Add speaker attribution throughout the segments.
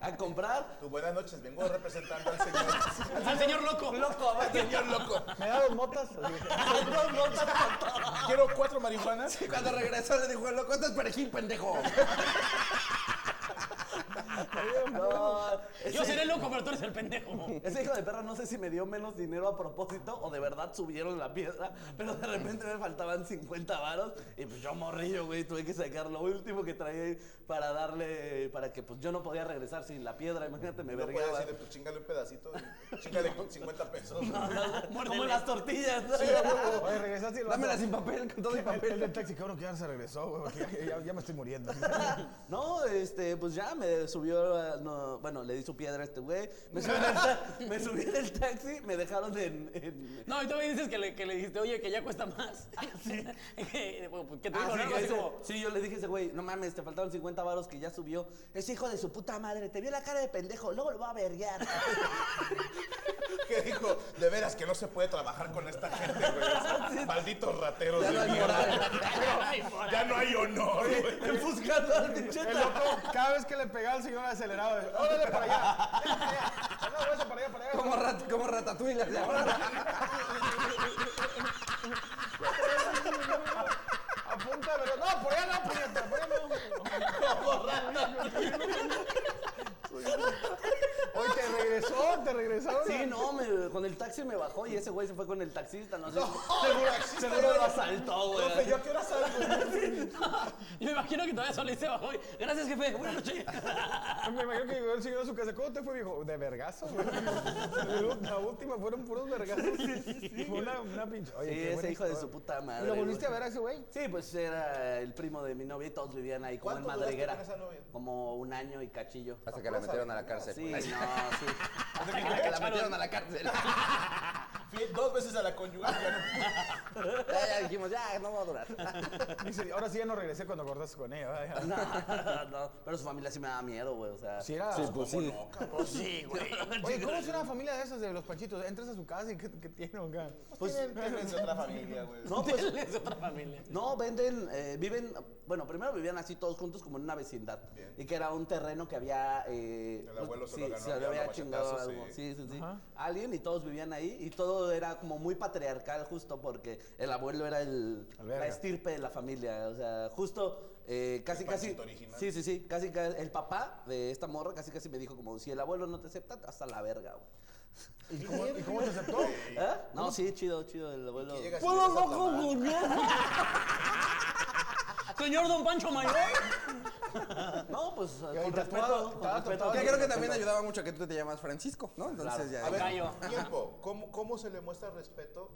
Speaker 1: a comprar.
Speaker 2: Buenas noches, vengo representando al señor.
Speaker 1: Al señor loco. Loco, a ver, señor loco.
Speaker 2: ¿Me da dos motas?
Speaker 1: Dos notas con todo.
Speaker 2: Quiero cuatro marihuanas.
Speaker 1: Y cuando regresó le dijo, loco, esto es perejil, pendejo.
Speaker 3: No,
Speaker 4: Yo
Speaker 3: ese,
Speaker 4: seré loco, pero tú eres el pendejo.
Speaker 3: ese hijo de perra no sé si me dio menos dinero a propósito o de verdad subieron la piedra, pero de repente me faltaban 50 varos y pues yo morrillo, güey, tuve que sacar lo último que traía ahí para darle, para que pues yo no podía regresar sin la piedra, imagínate, me
Speaker 2: No puedes
Speaker 3: vergueaba.
Speaker 2: decirle, pues chingale un pedacito. y Chingale con 50 pesos.
Speaker 3: Como las tortillas. ¿no?
Speaker 5: Oye, regresaste y lo
Speaker 3: Dámela sin papel, con todo y
Speaker 5: El
Speaker 3: papel.
Speaker 5: del taxi, cabrón, que ya se regresó, güey. porque Ya, ya- ya me estoy muriendo.
Speaker 3: No, este, pues ya me subió, eh, no, bueno, le di su piedra a este güey, me subí en el, ta- me subí en el taxi, me dejaron en... en-
Speaker 4: No, y tú me dices que le, que le dijiste, oye, que ya cuesta más. Sí. que, pues, que te
Speaker 3: Ah,
Speaker 4: dijo,
Speaker 3: sí,
Speaker 4: ¿no?
Speaker 3: que
Speaker 4: Así
Speaker 3: ese-
Speaker 4: como,
Speaker 3: sí, yo le dije a ese güey, no mames, te faltaron 50 varos que ya subió. Ese hijo de su puta madre, te vio la cara de pendejo, luego lo va a verguear.
Speaker 2: Que dijo, de veras que no se puede trabajar con esta gente, güey. Malditos rateros
Speaker 3: Ya
Speaker 2: de
Speaker 3: no hay
Speaker 2: mierda.
Speaker 3: moral.
Speaker 2: Ya no hay honor, güey.
Speaker 3: Enfuscando al
Speaker 5: El
Speaker 3: pincheta.
Speaker 5: loco, cada vez que le pegaba el señor acelerado, de, órale para allá. órale para allá, dale la vuelta para allá, para allá.
Speaker 3: Como, rat, como ratatouille. así, ahora.
Speaker 5: Apunta, pero no, por allá no, puñeta, por allá no. Hoy te regresó, te regresaron.
Speaker 3: Sí, no, me- con el taxi me bajó y ese güey se fue con el taxista, no sé.
Speaker 2: Seguro, existe,
Speaker 3: Seguro lo
Speaker 2: güey.
Speaker 3: asaltó, güey.
Speaker 2: Profe, ¿yo a qué hora salgo?
Speaker 4: yo me imagino que todavía solo dice, hoy. Gracias, jefe. Buenas noches.
Speaker 5: Me imagino que llegó el señor a su casa. ¿Cómo te fue, viejo? De vergazo, güey. La última fueron puros vergazos. Fue una, una pinche. Oye,
Speaker 3: Sí,
Speaker 5: qué buena
Speaker 3: ese hijo de
Speaker 5: historia.
Speaker 3: su puta madre.
Speaker 5: ¿Lo volviste a
Speaker 3: güey.
Speaker 5: ver a ese güey?
Speaker 3: Sí, pues era el primo de mi novia y todos vivían ahí como en
Speaker 2: ¿Cuánto duraste
Speaker 3: madriguera.
Speaker 2: con esa novia?
Speaker 3: Como un año y cachillo.
Speaker 1: Hasta que la metieron a la cárcel.
Speaker 3: Sí, no,
Speaker 1: Ay,
Speaker 3: sí.
Speaker 1: Hasta que la metieron a la cárcel.
Speaker 2: Fui dos veces a la conyugal, ya no.
Speaker 3: Ya, ya dijimos, ya, no va a durar.
Speaker 5: Dice, ahora sí ya no regresé cuando acordaste con ella. vaya.
Speaker 3: No, no, pero su familia sí me daba miedo, güey, o sea.
Speaker 5: Sí, era.
Speaker 3: pues sí.
Speaker 5: Oye, ¿cómo es una familia de esas de los panchitos? Entras a su casa y ¿qué, qué tienen acá?
Speaker 3: Pues,
Speaker 2: Tienes otra familia, güey.
Speaker 3: no, pues,
Speaker 4: Es otra familia.
Speaker 3: no, venden, eh, viven, bueno, primero vivían así todos juntos como en una vecindad.
Speaker 2: Bien.
Speaker 3: Y que era un terreno que había... eh,
Speaker 2: El abuelo se
Speaker 3: sí,
Speaker 2: lo ganó,
Speaker 3: Se
Speaker 2: había
Speaker 3: lo había
Speaker 2: unos
Speaker 3: chingado
Speaker 2: machetazos,
Speaker 3: algo.
Speaker 2: sí.
Speaker 3: Sí, sí, sí. Alguien y todos vivían ahí y todo era como muy patriarcal justo porque el abuelo era el,
Speaker 5: Alberga.
Speaker 3: la estirpe de la familia. O sea, justo... eh, casi, casi.
Speaker 2: panchito original.
Speaker 3: Sí, sí, sí. Casi, casi. El papá de esta morra casi, casi me dijo como, si el abuelo no te acepta, hasta la verga, güey.
Speaker 5: ¿Y cómo, y cómo te aceptó?
Speaker 3: ¿Eh? No, sí, chido, chido el abuelo.
Speaker 2: Que llegas y
Speaker 4: ¡Puedo
Speaker 2: le das a tu
Speaker 4: loco,
Speaker 2: mamá.
Speaker 4: Señor Don Pancho Mayor.
Speaker 3: No, pues con respeto. con
Speaker 5: tatuado, estaba
Speaker 3: respeto.
Speaker 5: tatuado.
Speaker 1: Que creo que también ayudaba mucho que tú te llamas Francisco, ¿no? Entonces ya.
Speaker 2: A ver,
Speaker 4: Gallo.
Speaker 2: tiempo. ¿Cómo, ¿Cómo se le muestra respeto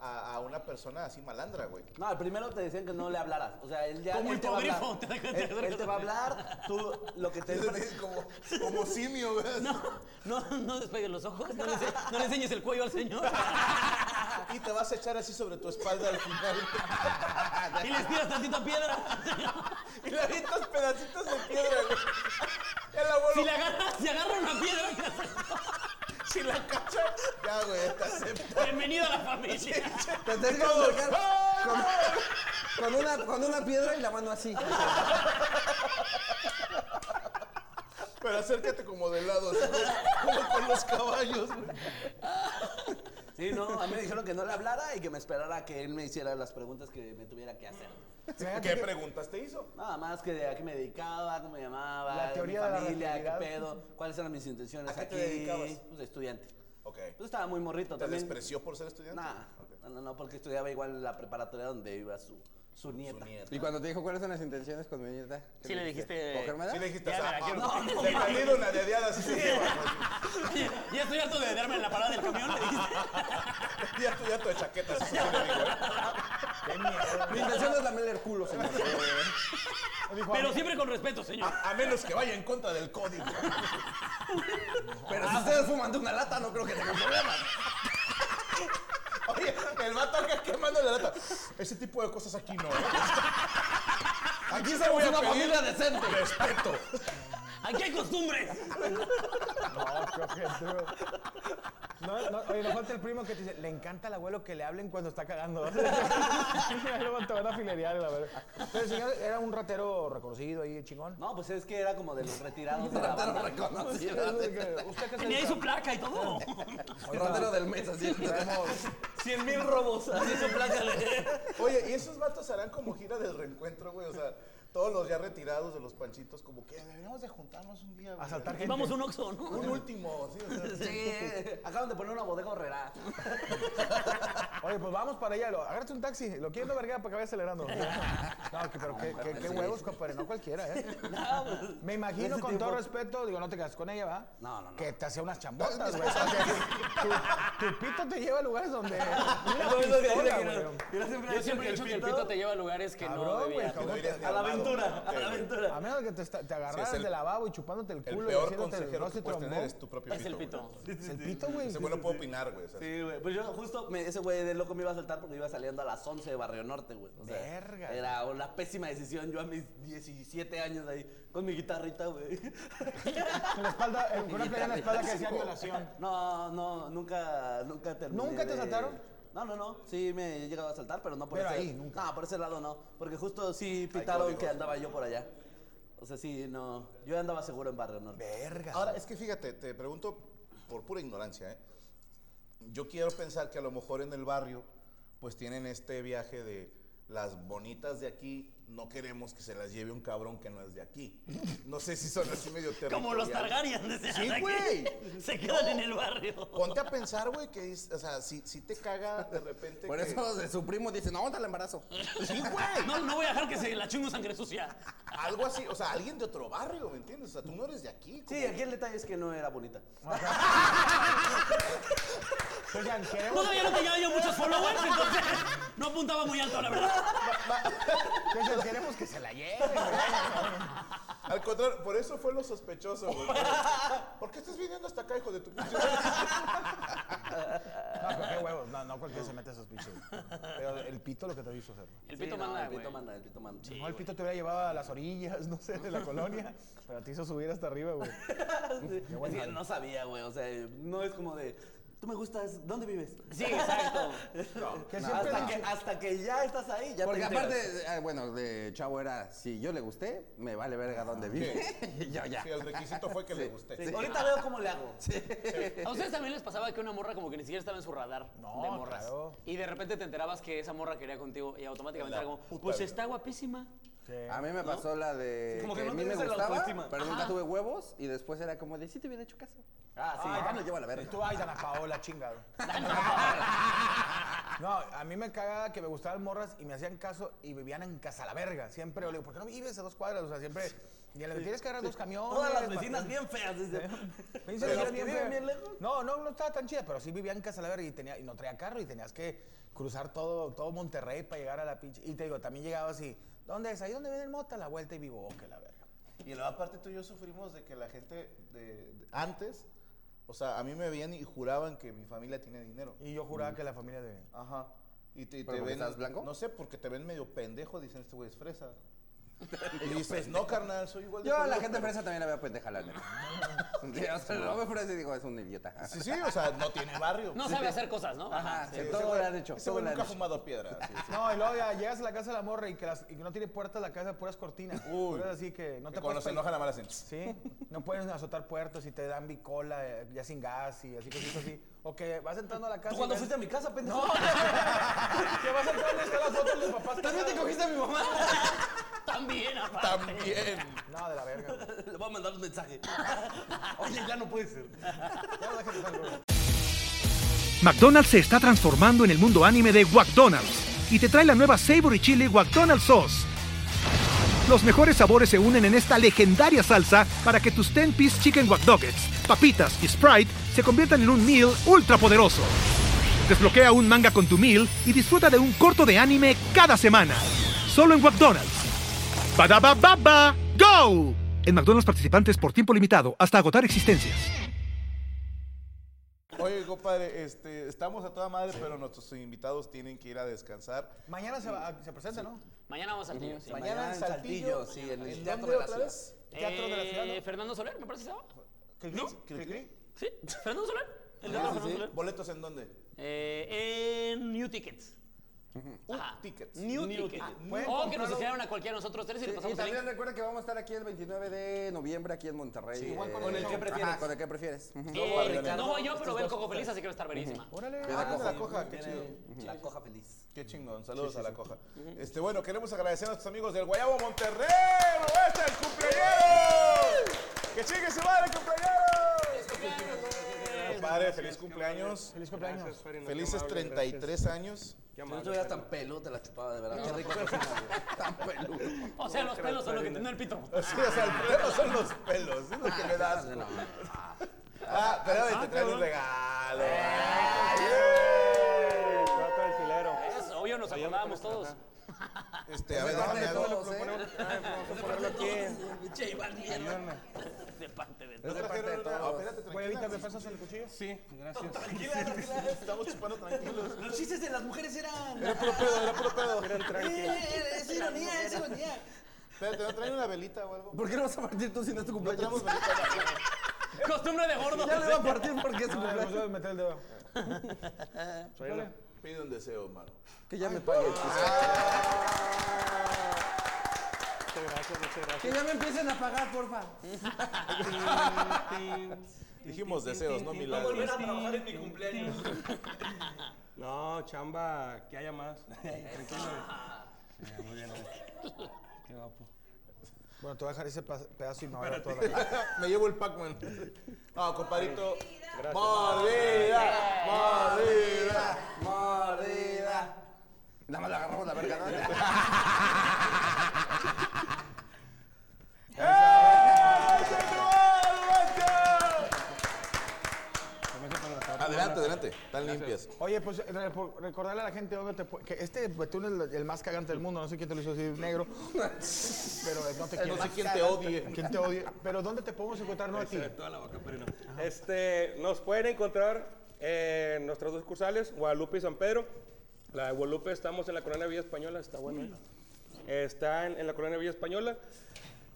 Speaker 2: a, a una persona así malandra, güey?
Speaker 3: No, al primero te decían que no le hablaras. O sea, él ya.
Speaker 4: Como
Speaker 3: él te va a hablar.
Speaker 4: hipogrifo, te dejan- te
Speaker 3: Él, él te va a hablar, tú lo que te.
Speaker 2: como, como simio, güey.
Speaker 4: No, no despegues los ojos. No le, ense- no le enseñes el cuello al señor.
Speaker 2: Y te vas a echar así sobre tu espalda al final.
Speaker 4: Y les tiras tantita piedra.
Speaker 2: y le avientas pedacitos de piedra, güey. El abuelo
Speaker 4: Si le agarras, si agarra una piedra, te hace-
Speaker 2: si la cacha. Ya, güey, te acepto.
Speaker 4: bienvenido a la familia.
Speaker 1: Te tienes que acercar con, con una, con una piedra y la mano así.
Speaker 2: Pero acércate como de lado, así, güey, como con los caballos, güey.
Speaker 3: Sí, no, a mí me dijeron que no le hablara y que me esperara a que él me hiciera las preguntas que me tuviera que hacer.
Speaker 2: ¿Qué preguntas te hizo?
Speaker 3: Nada más que de a qué me dedicaba, cómo me llamaba,
Speaker 5: La teoría de
Speaker 3: mi
Speaker 5: la
Speaker 3: familia, qué
Speaker 5: relatividad.
Speaker 3: pedo, cuáles eran mis intenciones
Speaker 2: ¿A qué
Speaker 3: aquí.
Speaker 2: te dedicabas?
Speaker 3: Pues estudiante.
Speaker 2: Ok.
Speaker 3: Pues estaba muy morrito
Speaker 2: ¿Te
Speaker 3: también.
Speaker 2: despreció por ser estudiante?
Speaker 3: Nah,
Speaker 2: Ok.
Speaker 3: no, no, no, porque estudiaba igual en la preparatoria donde iba su, su nieta.
Speaker 2: Tu nieta.
Speaker 1: Y cuando te dijo cuáles son las intenciones con mi nieta. ¿qué
Speaker 4: Sí le dijiste-
Speaker 1: ¿Cogérmela?
Speaker 2: Sí le dijiste,
Speaker 4: Ya,
Speaker 2: ah,
Speaker 4: mira,
Speaker 2: ah,
Speaker 4: quiero-
Speaker 2: no, le camino una dediada así se lleva, güey.
Speaker 4: Ya estoy harto de darme en la parada del camión, le dijiste.
Speaker 2: Ya tu, ya tu chaqueta, eso sí le digo, ¿eh?
Speaker 1: Mi intención es lamerle el culo, señor.
Speaker 5: Dijo,
Speaker 4: Pero Pero siempre con respeto, señor.
Speaker 2: A, a menos que vaya en contra del código.
Speaker 3: Pero si ustedes fuman de una lata, no creo que tengan problemas.
Speaker 2: Oye, el vato acá quemando la lata. Ese tipo de cosas aquí no. ¿eh?
Speaker 3: Aquí
Speaker 2: te
Speaker 3: somos
Speaker 2: voy a
Speaker 3: una
Speaker 2: pedir
Speaker 3: familia decente.
Speaker 2: Respeto.
Speaker 4: Aquí hay costumbres.
Speaker 5: No, qué ojete, güey. No, no, oye, no falta el primo que te dice, le encanta al abuelo que le hablen cuando está cagando. Ahí lo van- te van a filerear, la verdad. Pero el señor era un ratero reconocido ahí, chingón.
Speaker 3: No, pues es que era como de los retirados de la
Speaker 1: Ratero
Speaker 3: banda.
Speaker 1: reconocido.
Speaker 5: Así que, ¿Usted qué se
Speaker 4: Tenía ahí
Speaker 5: dedica?
Speaker 4: su placa y todo.
Speaker 1: Ratero del mes, así.
Speaker 3: Cien mil robos, así su placa de...
Speaker 2: Oye, ¿y esos vatos harán como gira del reencuentro, güey? O sea, todos los ya retirados de los panchitos, como que deberíamos de juntarnos un día, güey.
Speaker 5: A saltar gente.
Speaker 4: Vamos a un Oxxo, ¿no?
Speaker 2: Un último, sí, o sea.
Speaker 3: Sí, acaban de poner una bodega horrera.
Speaker 5: Oye, pues vamos para allá. lo- Agárrate un taxi. Lo quiero verga para que vaya acelerando. No, que- pero qué, qué- qué huevos, compadre. No cualquiera, ¿eh?
Speaker 3: No, pues,
Speaker 5: Me imagino,
Speaker 3: ese
Speaker 5: con
Speaker 3: tipo-
Speaker 5: todo respeto, digo, no te casas con ella, ¿va?
Speaker 3: No, no, no.
Speaker 5: Que te hacía unas chambotas, güey. O sea, que tu, tu pito te lleva a lugares donde. Mira,
Speaker 3: eso es lo que
Speaker 5: pistola,
Speaker 3: mira, mira,
Speaker 5: güey.
Speaker 3: mira, siempre
Speaker 4: Yo
Speaker 3: he
Speaker 4: siempre he
Speaker 3: dicho
Speaker 4: dicho que el
Speaker 3: todo-
Speaker 4: pito te lleva a lugares que no
Speaker 5: Cabrón, güey,
Speaker 4: debías.
Speaker 5: cabrón.
Speaker 2: deberías de
Speaker 3: A la
Speaker 2: armado.
Speaker 3: aventura, a
Speaker 2: Sí,
Speaker 3: la
Speaker 2: güey.
Speaker 5: A
Speaker 3: aventura.
Speaker 5: menos que te, esta- te agarraras
Speaker 2: el-
Speaker 5: del lavabo y chupándote el
Speaker 2: El
Speaker 5: culo.
Speaker 2: peor
Speaker 5: y haciéndote
Speaker 2: consejero
Speaker 5: no
Speaker 2: que
Speaker 5: se
Speaker 2: puedes
Speaker 5: trombó.
Speaker 2: tener es tu propio
Speaker 4: Es el pito.
Speaker 2: güey.
Speaker 5: Es el pito, güey.
Speaker 2: Ese güey no puede opinar, güey. o sea,
Speaker 3: Sí, güey. Pues yo justo, me- ese güey de loco me iba a saltar porque iba saliendo a las 11 de Barrio Norte, güey. O sea,
Speaker 5: Verga.
Speaker 3: Era una pésima decisión. Yo a mis 17 años ahí, con mi guitarrita, güey.
Speaker 5: Con la espalda, eh, con una playa en la espalda que decía violación.
Speaker 3: No, no, nunca, nunca terminé.
Speaker 5: ¿Nunca te
Speaker 3: de-
Speaker 5: saltaron?
Speaker 3: No, no, no. Sí me he llegado a saltar, pero no por
Speaker 5: Pero
Speaker 3: ese-
Speaker 5: ahí, nunca.
Speaker 3: No, por ese lado no. Porque justo sí pitaron que andaba yo por allá. O sea, sí, no. Yo andaba seguro en Barrio Norte.
Speaker 5: Verga.
Speaker 2: Ahora, es que fíjate, te pregunto por pura ignorancia, ¿eh? Yo quiero pensar que a lo mejor en el barrio, pues tienen este viaje de las bonitas de aquí, no queremos que se las lleve un cabrón que no es de aquí. No sé si son así medio territoriales.
Speaker 4: Como los Targaryen. desde
Speaker 2: Sí,
Speaker 4: aquí.
Speaker 2: güey.
Speaker 4: Se quedan en el barrio.
Speaker 2: Ponte a pensar, güey, que es, o sea, si, si te caga de repente
Speaker 1: Por
Speaker 2: que-
Speaker 1: eso los de su primo dicen, no, el embarazo.
Speaker 4: Sí, güey. No, no voy a dejar que se la chingue un sangre sucia.
Speaker 2: algo así, o sea, alguien de otro barrio, ¿me entiendes? O sea, tú no eres de aquí.
Speaker 3: Sí, aquí el detalle es que no era bonita.
Speaker 5: Oigan, queremos,
Speaker 4: Todavía no tenía yo muchos followers, entonces no apuntaba muy alto, la verdad.
Speaker 5: oigan, queremos que se la lleve.
Speaker 2: Al contrario, por eso fue lo sospechoso, güey. ¿Por qué estás viniendo hasta acá, hijo de tu pinche?
Speaker 5: No, pero qué huevos. No, no cualquiera se mete a esos bichos. Pero el pito lo que te hizo hacer. güey.
Speaker 4: El
Speaker 3: Sí,
Speaker 4: pito
Speaker 3: no,
Speaker 4: manda,
Speaker 3: El
Speaker 4: güey.
Speaker 3: pito manda, el pito manda.
Speaker 5: No, el pito te hubiera llevado a las orillas, no sé, de la colonia. Pero te hizo subir hasta arriba, güey.
Speaker 3: Es que no sabía, güey. O sea, no es como de. Tú me gustas, ¿dónde vives?
Speaker 4: Sí, exacto.
Speaker 5: Que
Speaker 3: No,
Speaker 5: siempre
Speaker 3: hasta,
Speaker 5: he
Speaker 3: que,
Speaker 5: dicho-
Speaker 3: hasta que ya estás ahí, ya
Speaker 1: Porque
Speaker 3: te enteras.
Speaker 1: aparte, eh, bueno, de chavo era, si yo le gusté, me vale verga dónde vive. yo ya.
Speaker 2: Sí, el requisito fue que le guste.
Speaker 3: Sí, Ahorita veo cómo le hago.
Speaker 4: ¿A ustedes también les pasaba que una morra como que ni siquiera estaba en su radar
Speaker 5: No,
Speaker 4: de morras?
Speaker 5: claro.
Speaker 4: Y de repente te enterabas que esa morra quería contigo y automáticamente
Speaker 2: La
Speaker 4: era como,
Speaker 2: puta
Speaker 4: pues
Speaker 2: vida.
Speaker 4: está guapísima.
Speaker 1: A mí me pasó la de
Speaker 3: Sí, como que
Speaker 1: que,
Speaker 3: no
Speaker 1: a mí me
Speaker 3: tenías la
Speaker 1: gustaba,
Speaker 3: autoestima.
Speaker 1: pero nunca
Speaker 4: Ajá.
Speaker 1: tuve huevos y después era como de, sí te hubiera hecho caso.
Speaker 3: Ah, sí.
Speaker 1: Ah, ya me llevo a la verga.
Speaker 5: Tú, ay, Dana Paola, chingado. No, a mí me cagaba que me gustaban morras y me hacían caso y vivían en casa la verga. Siempre, le digo, ¿por qué no vives a dos cuadras? O sea, siempre, y le tienes que agarrar dos camiones.
Speaker 3: Todas las
Speaker 5: para-
Speaker 3: vecinas bien feas. dice.
Speaker 5: Me dice,
Speaker 3: Pero-
Speaker 5: "Era
Speaker 3: ¿Que viven
Speaker 5: fea".
Speaker 3: bien lejos?
Speaker 5: No, no, no estaba tan chida, pero sí vivía en casa la verga y, tenía, y no traía carro y tenías que cruzar todo, todo Monterrey para llegar a la pinche. Y te digo, también llegaba así, ¿dónde es? Ahí donde viene el mota, la vuelta y vivo, oh, que la verga.
Speaker 2: Y luego aparte tú y yo sufrimos de que la gente de, de- antes, o sea, a mí me veían y juraban que mi familia tiene dinero.
Speaker 5: Y yo
Speaker 3: Mm.
Speaker 5: juraba que la familia de.
Speaker 2: Ajá. Y te, y
Speaker 1: ¿Pero
Speaker 2: te
Speaker 1: porque
Speaker 2: ven
Speaker 1: estás blanco?
Speaker 2: No sé, porque te ven medio pendejo, dicen este güey es fresa. y dices, no, carnal, soy igual de
Speaker 1: Yo a
Speaker 2: jodido
Speaker 1: la gente
Speaker 2: que-
Speaker 1: fresa también la veo pendeja, la neta. Sí, o sea, lo veo fresa y digo, es un idiota.
Speaker 2: Sí, sí, o sea, no tiene barrio.
Speaker 4: No sabe hacer cosas, ¿no?
Speaker 1: Ajá,
Speaker 4: Ajá.
Speaker 1: que
Speaker 2: ese
Speaker 1: Ah, todo
Speaker 2: güey-
Speaker 1: lo han hecho.
Speaker 2: Ese
Speaker 1: Todo
Speaker 2: güey
Speaker 1: lo han
Speaker 2: nunca ha
Speaker 1: hecho.
Speaker 2: fumado piedra. sí, sí.
Speaker 5: No, y luego ya llegas a la casa de la morra y que, las- y que no tiene puertas la casa, puras cortinas.
Speaker 2: Uy.
Speaker 5: Puras así que no
Speaker 2: Y cuando
Speaker 5: te
Speaker 1: pues,
Speaker 5: puedes
Speaker 2: se
Speaker 5: pe-
Speaker 2: enojan, la mala hacen.
Speaker 5: Sí, no pueden azotar puertas y te dan bicola, eh, ya sin gas y así cositas así. O que vas entrando a la casa.
Speaker 3: ¿Tú
Speaker 5: y
Speaker 3: cuando
Speaker 5: ves-
Speaker 3: fuiste a mi casa, pendejo?
Speaker 5: Que vas entrando y está la foto de tu papá.
Speaker 3: ¿También te cogiste a mi mamá?
Speaker 4: También, aparte.
Speaker 2: También.
Speaker 5: No, de la verga. güey.
Speaker 3: Le voy a mandar un mensaje. Oye, ya no puede ser.
Speaker 5: Ya lo dejé pasar, güey.
Speaker 6: McDonald's se está transformando en el mundo anime de McDonald's y te trae la nueva Savory Chili McDonald's Sauce. Los mejores sabores se unen en esta legendaria salsa para que tus 10-piece chicken wack doggets, papitas y Sprite se conviertan en un meal ultra poderoso. Desbloquea un manga con tu meal y disfruta de un corto de anime cada semana. Solo en McDonald's. ba ba ba! ¡Go! En McDonald's participantes por tiempo limitado hasta agotar existencias.
Speaker 2: Oye, compadre, este, estamos a toda madre, pero nuestros invitados tienen que ir a descansar.
Speaker 5: Mañana se, va- se presenta, ¿no?
Speaker 4: Mañana vamos a Saltillo. sí.
Speaker 3: Mañana en Saltillo, sí, en el
Speaker 5: ¿En
Speaker 3: Teatro
Speaker 5: dónde
Speaker 3: de la
Speaker 5: otra
Speaker 3: Ciudad.
Speaker 5: vez? Teatro de la Ciudad.
Speaker 4: Eh,
Speaker 5: ¿no?
Speaker 4: Fernando Soler, me parece que se llama.
Speaker 5: ¿Qué-
Speaker 4: ¿No?
Speaker 5: qué- qué- qué?
Speaker 4: Sí, Fernando Soler. El
Speaker 3: Ah,
Speaker 4: teatro Fernando Soler.
Speaker 2: ¿Boletos en dónde?
Speaker 4: Eh, en New Tickets. Ajá.
Speaker 2: Tickets.
Speaker 4: New,
Speaker 3: New
Speaker 4: Tickets. Ah,
Speaker 3: Tickets.
Speaker 4: o
Speaker 5: Pueden
Speaker 4: que
Speaker 5: comprarlo.
Speaker 4: nos hicieran a cualquiera de nosotros tres y le
Speaker 1: Y
Speaker 4: pasamos el
Speaker 1: también
Speaker 4: link.
Speaker 1: recuerda que vamos a estar aquí el 29 de noviembre aquí en Monterrey.
Speaker 3: igual con el
Speaker 1: eh,
Speaker 3: que
Speaker 1: ajá,
Speaker 3: prefieres.
Speaker 1: con el que prefieres. Ujú.
Speaker 4: Eh,
Speaker 2: padre, Ricardo,
Speaker 4: no voy yo,
Speaker 3: estos
Speaker 4: pero veo el
Speaker 3: dos
Speaker 4: cojo
Speaker 3: juntos.
Speaker 4: feliz, así que va a estar verísima.
Speaker 5: Órale.
Speaker 1: Ah,
Speaker 2: Ah, de la
Speaker 1: sí.
Speaker 2: coja, qué
Speaker 3: Tiene
Speaker 2: chido.
Speaker 3: La coja feliz.
Speaker 2: Qué chingón, saludos a la coja. Este, bueno, queremos agradecer a nuestros amigos del Guayabo Monterrey, ¡Roberta, el cumpleañero! ¡Que chingue su madre, cumpleañero! Padre, feliz cumpleaños.
Speaker 5: Feliz cumpleaños.
Speaker 2: Felices 33 años.
Speaker 3: Si no estuvieras tan peludo, te la chupaba de verdad. Qué rico cocina, güey. Tan peludo.
Speaker 4: O sea, los pelos son lo que tiene el pito.
Speaker 2: Sí, o sea, el problema son los pelos, es lo que le das.
Speaker 3: No, no, no.
Speaker 2: Ah, pero te traen un regalo.
Speaker 7: Trato del filero.
Speaker 4: Es obvio, nos acordábamos todos.
Speaker 2: Este, a ver, déjame algo.
Speaker 1: Todos, ¿eh?
Speaker 4: Che, Iván, mierda. De parte de
Speaker 2: ¿No
Speaker 4: todos.
Speaker 2: trajeron una? Ah, espérate,
Speaker 5: Huevita, ¿me
Speaker 2: tranquila.
Speaker 5: pasas el cuchillo?
Speaker 7: Sí, gracias.
Speaker 2: Tranquila, tranquila, estamos chupando tranquilos.
Speaker 3: Los chistes de las mujeres eran.
Speaker 2: Era puro pedo, era puro pedo.
Speaker 3: Eh, Es ironía, es ironía.
Speaker 2: Espérate, ¿no traen una velita o algo?
Speaker 1: ¿Por qué no vas a partir tú si no es tu
Speaker 2: No
Speaker 1: cumpleaños?
Speaker 2: tenemos velita.
Speaker 4: Costumbre de gordo.
Speaker 1: Ya le iba a partir porque es su
Speaker 5: No,
Speaker 1: cumpleaños.
Speaker 5: no, meter el dedo.
Speaker 2: Pide un deseo, mano.
Speaker 1: Que ya me paguen.
Speaker 7: Muchas gracias, muchas gracias.
Speaker 1: Que ya me empiecen a pagar, porfa.
Speaker 2: Dijimos deseos, no milagros.
Speaker 7: a trabajar en mi cumpleaños. No, chamba, que haya más. Tranquilo. Eh, Muy bien. Qué guapo.
Speaker 5: Bueno, te voy a dejar ese pa- pedazo y me voy a dar toda la vida.
Speaker 2: Me llevo el Pac-Man. No, compadrito. Mordida, mordida, mordida.
Speaker 1: Nada más la agarramos la verga. ¿no?
Speaker 2: Adelante, adelante. Están limpias.
Speaker 5: Oye, pues re- por- recordarle a la gente dónde te pu- que este betún es el, el más cagante del mundo, no sé quién te lo hizo así negro, pero eh, no te quiero.
Speaker 2: No sé quién te odie.
Speaker 5: ¿Quién te odia? Pero ¿dónde te podemos encontrar no a
Speaker 7: Se
Speaker 5: ti?
Speaker 7: ve toda la boca, pero no. Este, nos pueden encontrar eh, en nuestras dos cursales, Guadalupe y San Pedro. La de Guadalupe estamos en la colonia Villa Española, está bueno. ¿eh? Está en, en la colonia Villa Española.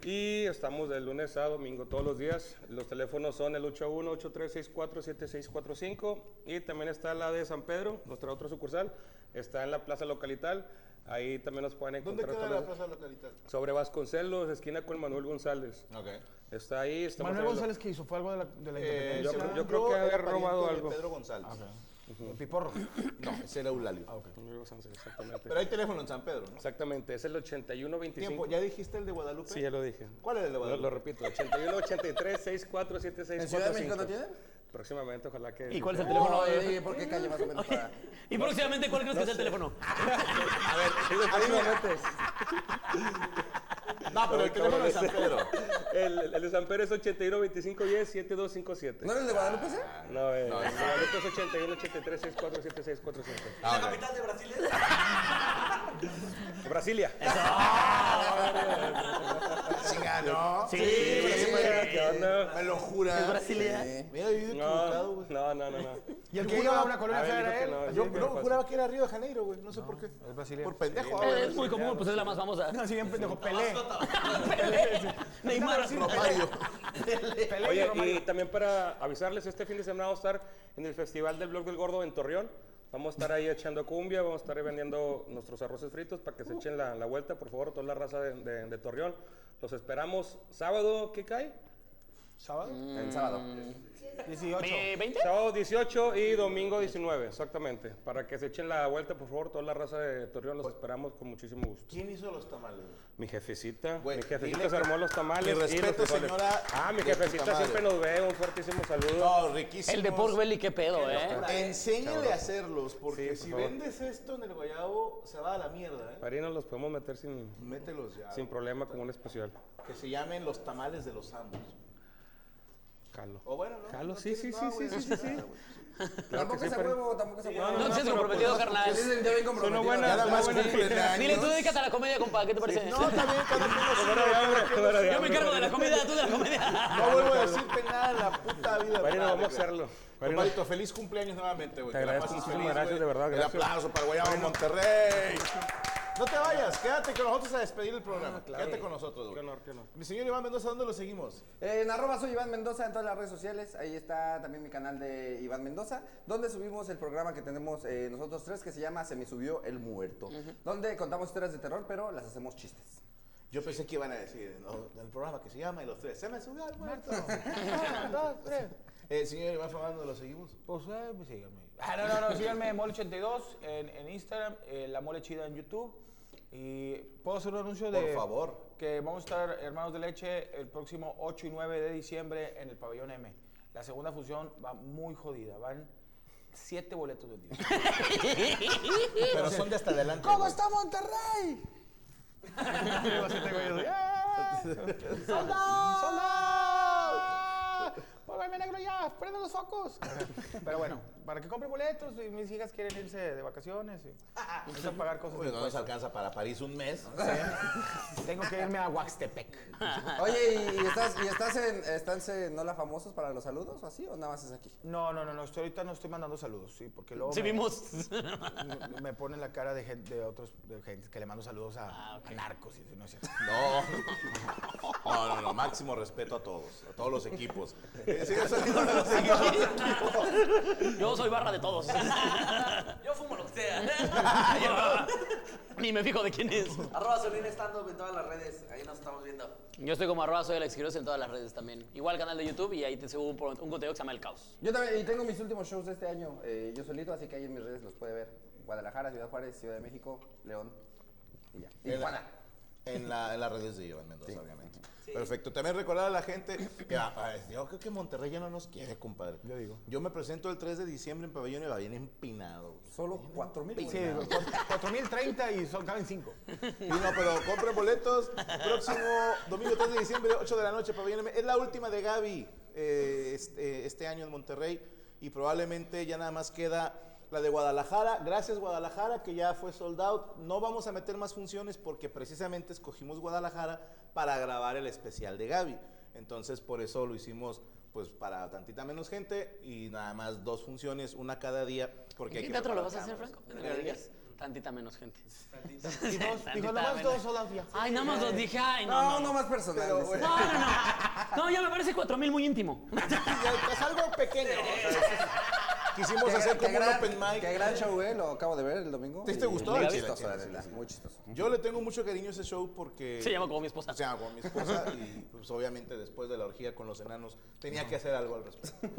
Speaker 7: Y estamos de lunes a domingo todos los días. Los teléfonos son el 81-8364-7645. Y también está la de San Pedro, nuestra otra sucursal. Está en la Plaza Localital. Ahí también nos pueden
Speaker 2: ¿Dónde queda
Speaker 7: encontrar. también.
Speaker 2: la plaza localidad?
Speaker 7: Sobre Vasconcelos, esquina con Manuel González.
Speaker 2: Ok.
Speaker 7: Está ahí. estamos
Speaker 5: Manuel
Speaker 7: en el-
Speaker 5: González que hizo fue algo de la, de la
Speaker 2: Eh,
Speaker 7: Yo-
Speaker 2: según
Speaker 7: yo creo que
Speaker 2: era
Speaker 7: había
Speaker 2: pariente
Speaker 7: robado
Speaker 2: de
Speaker 7: algo.
Speaker 2: Pedro González.
Speaker 5: independencia. El Piporro.
Speaker 2: Ah, No, ese era Eulalio.
Speaker 7: Manuel González, exactamente.
Speaker 2: Pero hay teléfono en San Pedro, ¿no?
Speaker 7: Exactamente, es el 8125.
Speaker 2: Tiempo, ¿ya dijiste el de Guadalupe?
Speaker 7: Sí, ya lo dije.
Speaker 2: ¿Cuál es el de
Speaker 7: Lo,
Speaker 2: Guadalupe?
Speaker 7: lo repito, 81 83 64 76
Speaker 1: ¿En Ciudad de México no tienen?
Speaker 7: Próximamente, ojalá que.
Speaker 4: ¿Y cuál es el teléfono?
Speaker 1: No, eh, ¿por qué calle más o menos para...?
Speaker 4: Y próximamente, ¿cuál crees que es el teléfono?
Speaker 7: A ver, digo, próximamente.
Speaker 2: No, pero el teléfono de San Pedro.
Speaker 7: El, el de San Pedro es 81 25 10 7257.
Speaker 1: ¿No era el de Guadalupe ese?
Speaker 7: No, eh, el de Guadalupe es 81 83 64 76 45.
Speaker 2: Ah, ok.
Speaker 3: Capital de Brasil
Speaker 7: Brasilia.
Speaker 2: Chinga, ¿no?
Speaker 4: Sí.
Speaker 7: Sí, mañana, ¿qué onda?
Speaker 2: Me lo jura.
Speaker 4: Brasilia.
Speaker 2: Me había vivido equivocado,
Speaker 7: No,
Speaker 2: güey.
Speaker 7: no, no, no. no.
Speaker 5: Y el que iba a una colonia
Speaker 7: A ver,
Speaker 5: fea
Speaker 7: dijo
Speaker 5: era
Speaker 7: que
Speaker 5: él.
Speaker 7: no,
Speaker 2: Yo
Speaker 7: sí,
Speaker 2: no,
Speaker 7: pero-
Speaker 2: juraba que era Río de Janeiro, güey. No sé por qué.
Speaker 5: es brasileño.
Speaker 2: Por pendejo, güey.
Speaker 4: Es muy común, pues es la más famosa.
Speaker 5: Así bien pendejo, Pelé.
Speaker 4: Neymar. Eh,
Speaker 2: Romario.
Speaker 5: Pelé y
Speaker 7: Oye,
Speaker 5: Romario.
Speaker 7: y también para avisarles, este fin de semana vamos a estar en el Festival del Blog del Gordo en Torreón. Vamos a estar ahí echando cumbia, vamos a estar ahí vendiendo nuestros arroces fritos para que se echen la, la vuelta, por favor, toda la raza de, de- de Torreón. Los esperamos sábado, ¿qué cae?
Speaker 5: ¿Sábado?
Speaker 2: Mm.
Speaker 1: El sábado.
Speaker 5: 18.
Speaker 4: Eh, ¿20?
Speaker 7: Sábado 18 y domingo 19, exactamente. Para que se echen la vuelta, por favor, toda la raza de Torreón, los esperamos con muchísimo gusto.
Speaker 2: Pues, ¿Quién hizo los tamales, güey?
Speaker 7: Mi jefecita,
Speaker 2: Güey,
Speaker 7: mi
Speaker 2: dile
Speaker 7: jefecita
Speaker 2: que-
Speaker 7: se armó los tamales.
Speaker 2: Mi
Speaker 7: y los
Speaker 2: respeto,
Speaker 7: frijoles.
Speaker 2: señora,
Speaker 7: Ah, mi
Speaker 2: de puta
Speaker 7: jefecita
Speaker 2: madre.
Speaker 7: siempre nos ve, un fuertísimo saludo.
Speaker 2: No, riquísimo.
Speaker 4: El de Pork Belly, qué pedo, ¿eh?
Speaker 2: Enséñale a hacerlos, porque
Speaker 7: Sí, por
Speaker 2: si
Speaker 7: favor.
Speaker 2: vendes esto en el guayabo, se va a la mierda, ¿eh?
Speaker 7: Marino, los podemos meter sin,
Speaker 2: Mételos ya.
Speaker 7: sin
Speaker 2: güey.
Speaker 7: problema como un especial.
Speaker 2: Que se llamen los tamales de los amos.
Speaker 7: Cada jalo.
Speaker 2: O bueno, ¿no?
Speaker 7: Jalo,
Speaker 2: No
Speaker 7: sí, sí,
Speaker 2: tienes
Speaker 7: sí,
Speaker 2: nada,
Speaker 7: sí,
Speaker 2: güey,
Speaker 7: sí,
Speaker 2: no
Speaker 7: sí,
Speaker 2: tienes
Speaker 7: sí.
Speaker 2: nada, güey.
Speaker 7: Claro
Speaker 1: Tampoco
Speaker 7: que
Speaker 1: es
Speaker 7: sí,
Speaker 1: a
Speaker 7: pero-
Speaker 1: huevo, tampoco es a huevo. Pues
Speaker 7: no,
Speaker 4: No
Speaker 7: no,
Speaker 4: seas
Speaker 7: pero
Speaker 4: comprometido,
Speaker 1: Sí,
Speaker 4: carnal.
Speaker 1: se sintió bien comprometido.
Speaker 7: buena-
Speaker 2: Ya la más
Speaker 7: Bueno,
Speaker 2: cumpleaños.
Speaker 4: Dile, tú dedícate a la comedia, compa. ¿Qué te parece?
Speaker 5: No, también cuando tengo
Speaker 7: Cámara de hambre, cámara de
Speaker 4: Yo me
Speaker 7: hambre.
Speaker 4: encargo de la comida, tú de la comedia.
Speaker 2: No vuelvo a decirte nada en la puta vida.
Speaker 7: Bueno,
Speaker 2: Nada,
Speaker 7: vamos a
Speaker 2: te creas.
Speaker 7: hacerlo. Bueno.
Speaker 2: Compadrito, feliz cumpleaños nuevamente, güey.
Speaker 7: Te
Speaker 2: Que la
Speaker 7: agradezco
Speaker 2: pases
Speaker 7: muchísimas
Speaker 2: feliz,
Speaker 7: gracias, de
Speaker 2: güey.
Speaker 7: verdad,
Speaker 2: El
Speaker 7: gracias.
Speaker 2: aplauso para Guayabo Monterrey. No te vayas, quédate con nosotros a despedir el programa. Quédate con nosotros,
Speaker 7: Ah, Qué
Speaker 2: güey.
Speaker 7: honor, qué honor.
Speaker 2: Mi señor Iván Mendoza, ¿dónde lo seguimos?
Speaker 1: Eh, En arroba soy Iván Mendoza en todas las redes sociales. Ahí está también mi canal de Iván Mendoza, donde subimos el programa que tenemos eh, nosotros tres que se llama Se me subió el muerto, donde contamos historias de terror, pero las hacemos chistes.
Speaker 2: Yo pensé que iban a decir ¿no? el programa que se llama Y los tres. Se me subió el muerto.
Speaker 5: Ah, dos, tres.
Speaker 2: eh, señor Iván Fernández, ¿dónde lo seguimos?
Speaker 5: Pues eh, pues, síganme. Ah, no, no, no, síganme Mole82 en, en Instagram, eh, La Mole Chida en YouTube. Y puedo hacer un anuncio de.
Speaker 2: Por favor.
Speaker 5: Que vamos a estar Hermanos de Leche el próximo 8 y 9 de diciembre en el Pabellón M. La segunda función va muy jodida. Van siete boletos vendidos.
Speaker 2: Pero son de hasta adelante. güey.
Speaker 5: está Monterrey? ¡eh! ¡Soldado! ¡Soldado! ¡Póngame negro ya! ¡Prende los focos! Pero bueno, para que compre boletos, y mis hijas quieren irse de vacaciones y necesitan pagar cosas.
Speaker 2: Güey, no nos alcanza para París un mes.
Speaker 5: Tengo que irme a Huaxtepec.
Speaker 1: Oye, ¿y, y estás, y estás en, estás en Hola Famosos para los saludos o así? ¿O nada más es aquí?
Speaker 5: No, no, no, no, estoy, ahorita no estoy mandando saludos, sí, porque luego
Speaker 4: Sí,
Speaker 5: me,
Speaker 4: vimos.
Speaker 5: me- me ponen la cara de gente, de otros, de gente que le mando saludos a, a narcos y eso, no es cierto.
Speaker 2: No. No, no, no. Máximo respeto a todos, a todos los equipos. Eh, sigue saliendo de los equipos.
Speaker 4: Yo soy barra de todos.
Speaker 3: Yo fumo lo que sea.
Speaker 4: Ni me fijo de quién es.
Speaker 3: Arroba Solín Stand-Up en todas las redes. Ahí nos estamos viendo.
Speaker 4: Yo estoy como arroba soy Alex Quiroz en todas las redes también. Igual canal de YouTube y ahí te subo un, pro- un contenido que se llama El Caos.
Speaker 1: Yo también, y tengo mis últimos shows de este año eh, yo solito, así que ahí en mis redes los puede ver. Guadalajara, Ciudad Juárez, Ciudad de México, León y ya. Y
Speaker 2: En la-
Speaker 1: Tijuana.
Speaker 2: En, la- en las redes de Iván Mendoza, obviamente. Perfecto. También recordar a la gente que ah, ah, yo creo que Monterrey ya no nos quiere, compadre. Yo digo. Yo me presento el 3 de diciembre en Pabellón y va bien empinado.
Speaker 1: Solo 4 mil.
Speaker 5: Sí, 4030 y son, caben 5.
Speaker 2: Y no, pero compren boletos. Próximo domingo 3 de diciembre, 8 de la noche, Pabellón M. Es la última de Gaby eh, este, este año en Monterrey. Y probablemente ya nada más queda la de Guadalajara. Gracias, Guadalajara, que ya fue sold out. No vamos a meter más funciones porque precisamente escogimos Guadalajara para grabar el especial de Gaby. Entonces, por eso lo hicimos pues para tantita menos gente y nada más dos funciones, una cada día.
Speaker 4: ¿En
Speaker 2: Porque hay
Speaker 4: qué
Speaker 2: que
Speaker 4: teatro lo vas a
Speaker 2: preparar
Speaker 4: hacer,
Speaker 2: cámaras.
Speaker 4: Franco? No me digas. Tantita menos gente.
Speaker 5: Y dos, dijo, nomás
Speaker 4: menos.
Speaker 5: dos solas ya.
Speaker 4: Ay, nada más dos. Dije, ay,
Speaker 1: No,
Speaker 4: no,
Speaker 1: no
Speaker 4: no.
Speaker 1: más personal. dice.
Speaker 4: No, no, no. No, ya me parece 4000 muy íntimo.
Speaker 2: Ya, Es algo pequeño. o sea, es- quisimos
Speaker 1: Qué
Speaker 2: hacer
Speaker 1: gran-
Speaker 2: como
Speaker 1: qué
Speaker 2: un
Speaker 1: gran-
Speaker 2: open mic.
Speaker 1: Qué gran show, eh. Lo acabo de ver el domingo.
Speaker 2: ¿Te- te
Speaker 1: y
Speaker 2: gustó?
Speaker 1: Muy
Speaker 2: Sí,
Speaker 1: chistoso,
Speaker 2: sí,
Speaker 1: la
Speaker 2: sí, sí,
Speaker 1: neta,
Speaker 2: sí.
Speaker 1: Muy chistoso.
Speaker 2: Yo le tengo mucho cariño a ese show porque.
Speaker 4: Se llama como mi esposa.
Speaker 2: Se llama con mi esposa y pues obviamente después de la orgía con los enanos tenía que hacer algo al respecto.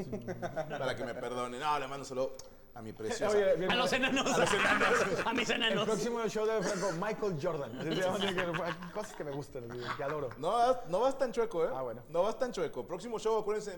Speaker 2: Para que me perdone. No, le mando solo a mi preciosa.
Speaker 4: A los enanos.
Speaker 2: A los enanos.
Speaker 4: A mis
Speaker 5: El
Speaker 4: enanos.
Speaker 5: próximo show de Franco, Michael Jordan. Así se llama, así que, Cosas que me gustan, así, que adoro.
Speaker 2: No vas, no vas tan chueco, ¿eh?
Speaker 5: Ah, bueno.
Speaker 2: No vas tan chueco. Próximo show, acuérdense,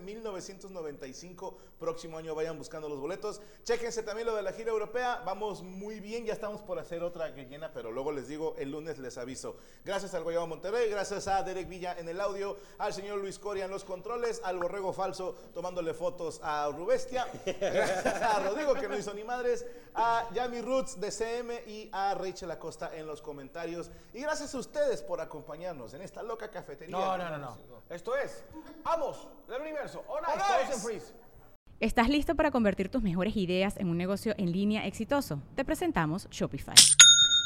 Speaker 2: 1995. Próximo año vayan buscando los boletos. Chéquense también lo de la gira europea. Vamos muy bien. Ya estamos por hacer otra que llena, pero luego les digo, el lunes les aviso. Gracias al Guayabo Monterrey, gracias a Derek Villa en el audio, al señor Luis Coria en los controles, al Borrego Falso tomándole fotos a Rubestia, gracias a Rodrigo que no hizo ni madres, a Yami Roots de CM y a Rachel Acosta en los comentarios. Y gracias a ustedes por acompañarnos en esta loca cafetería.
Speaker 5: No, no, no, no. Esto es Amos del Universo. On Ice,
Speaker 2: On
Speaker 5: todos en
Speaker 2: Ice.
Speaker 5: Freeze.
Speaker 8: ¿Estás listo para convertir tus mejores ideas en un negocio en línea exitoso? Te presentamos Shopify.